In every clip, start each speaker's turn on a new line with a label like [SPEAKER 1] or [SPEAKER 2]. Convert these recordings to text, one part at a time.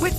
[SPEAKER 1] With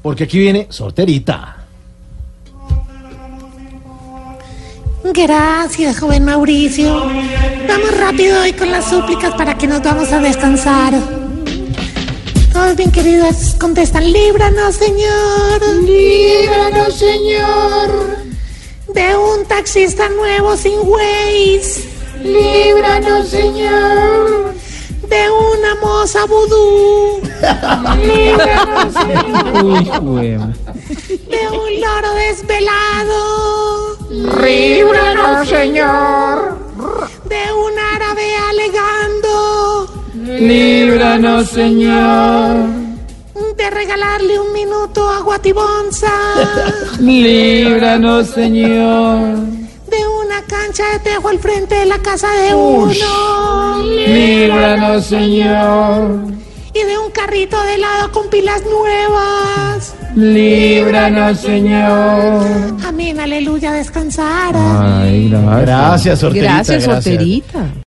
[SPEAKER 2] Porque aquí viene sorterita.
[SPEAKER 3] Gracias, joven Mauricio. Vamos rápido hoy con las súplicas para que nos vamos a descansar. Todos bien queridos contestan, líbranos, Señor. Líbranos, Señor. De un taxista nuevo sin Waze. Líbranos, Señor. De una moza vudú. Líbranos,
[SPEAKER 4] Uy, huevón.
[SPEAKER 3] de un loro desvelado.
[SPEAKER 5] Líbranos, Señor.
[SPEAKER 3] de un árabe alegando
[SPEAKER 5] Líbranos, Señor.
[SPEAKER 3] de regalarle un minuto a Guatibonza,
[SPEAKER 5] Líbranos, Señor.
[SPEAKER 3] de una cancha de tejo al frente de la casa de uno
[SPEAKER 5] Líbranos, Señor.
[SPEAKER 3] y de un carrito de helado con pilas nuevas.
[SPEAKER 5] Líbranos, Señor.
[SPEAKER 3] Amén, aleluya, descansar.
[SPEAKER 4] Ay, gracias.
[SPEAKER 2] Gracias, sorterita.
[SPEAKER 6] Gracias, sorterita.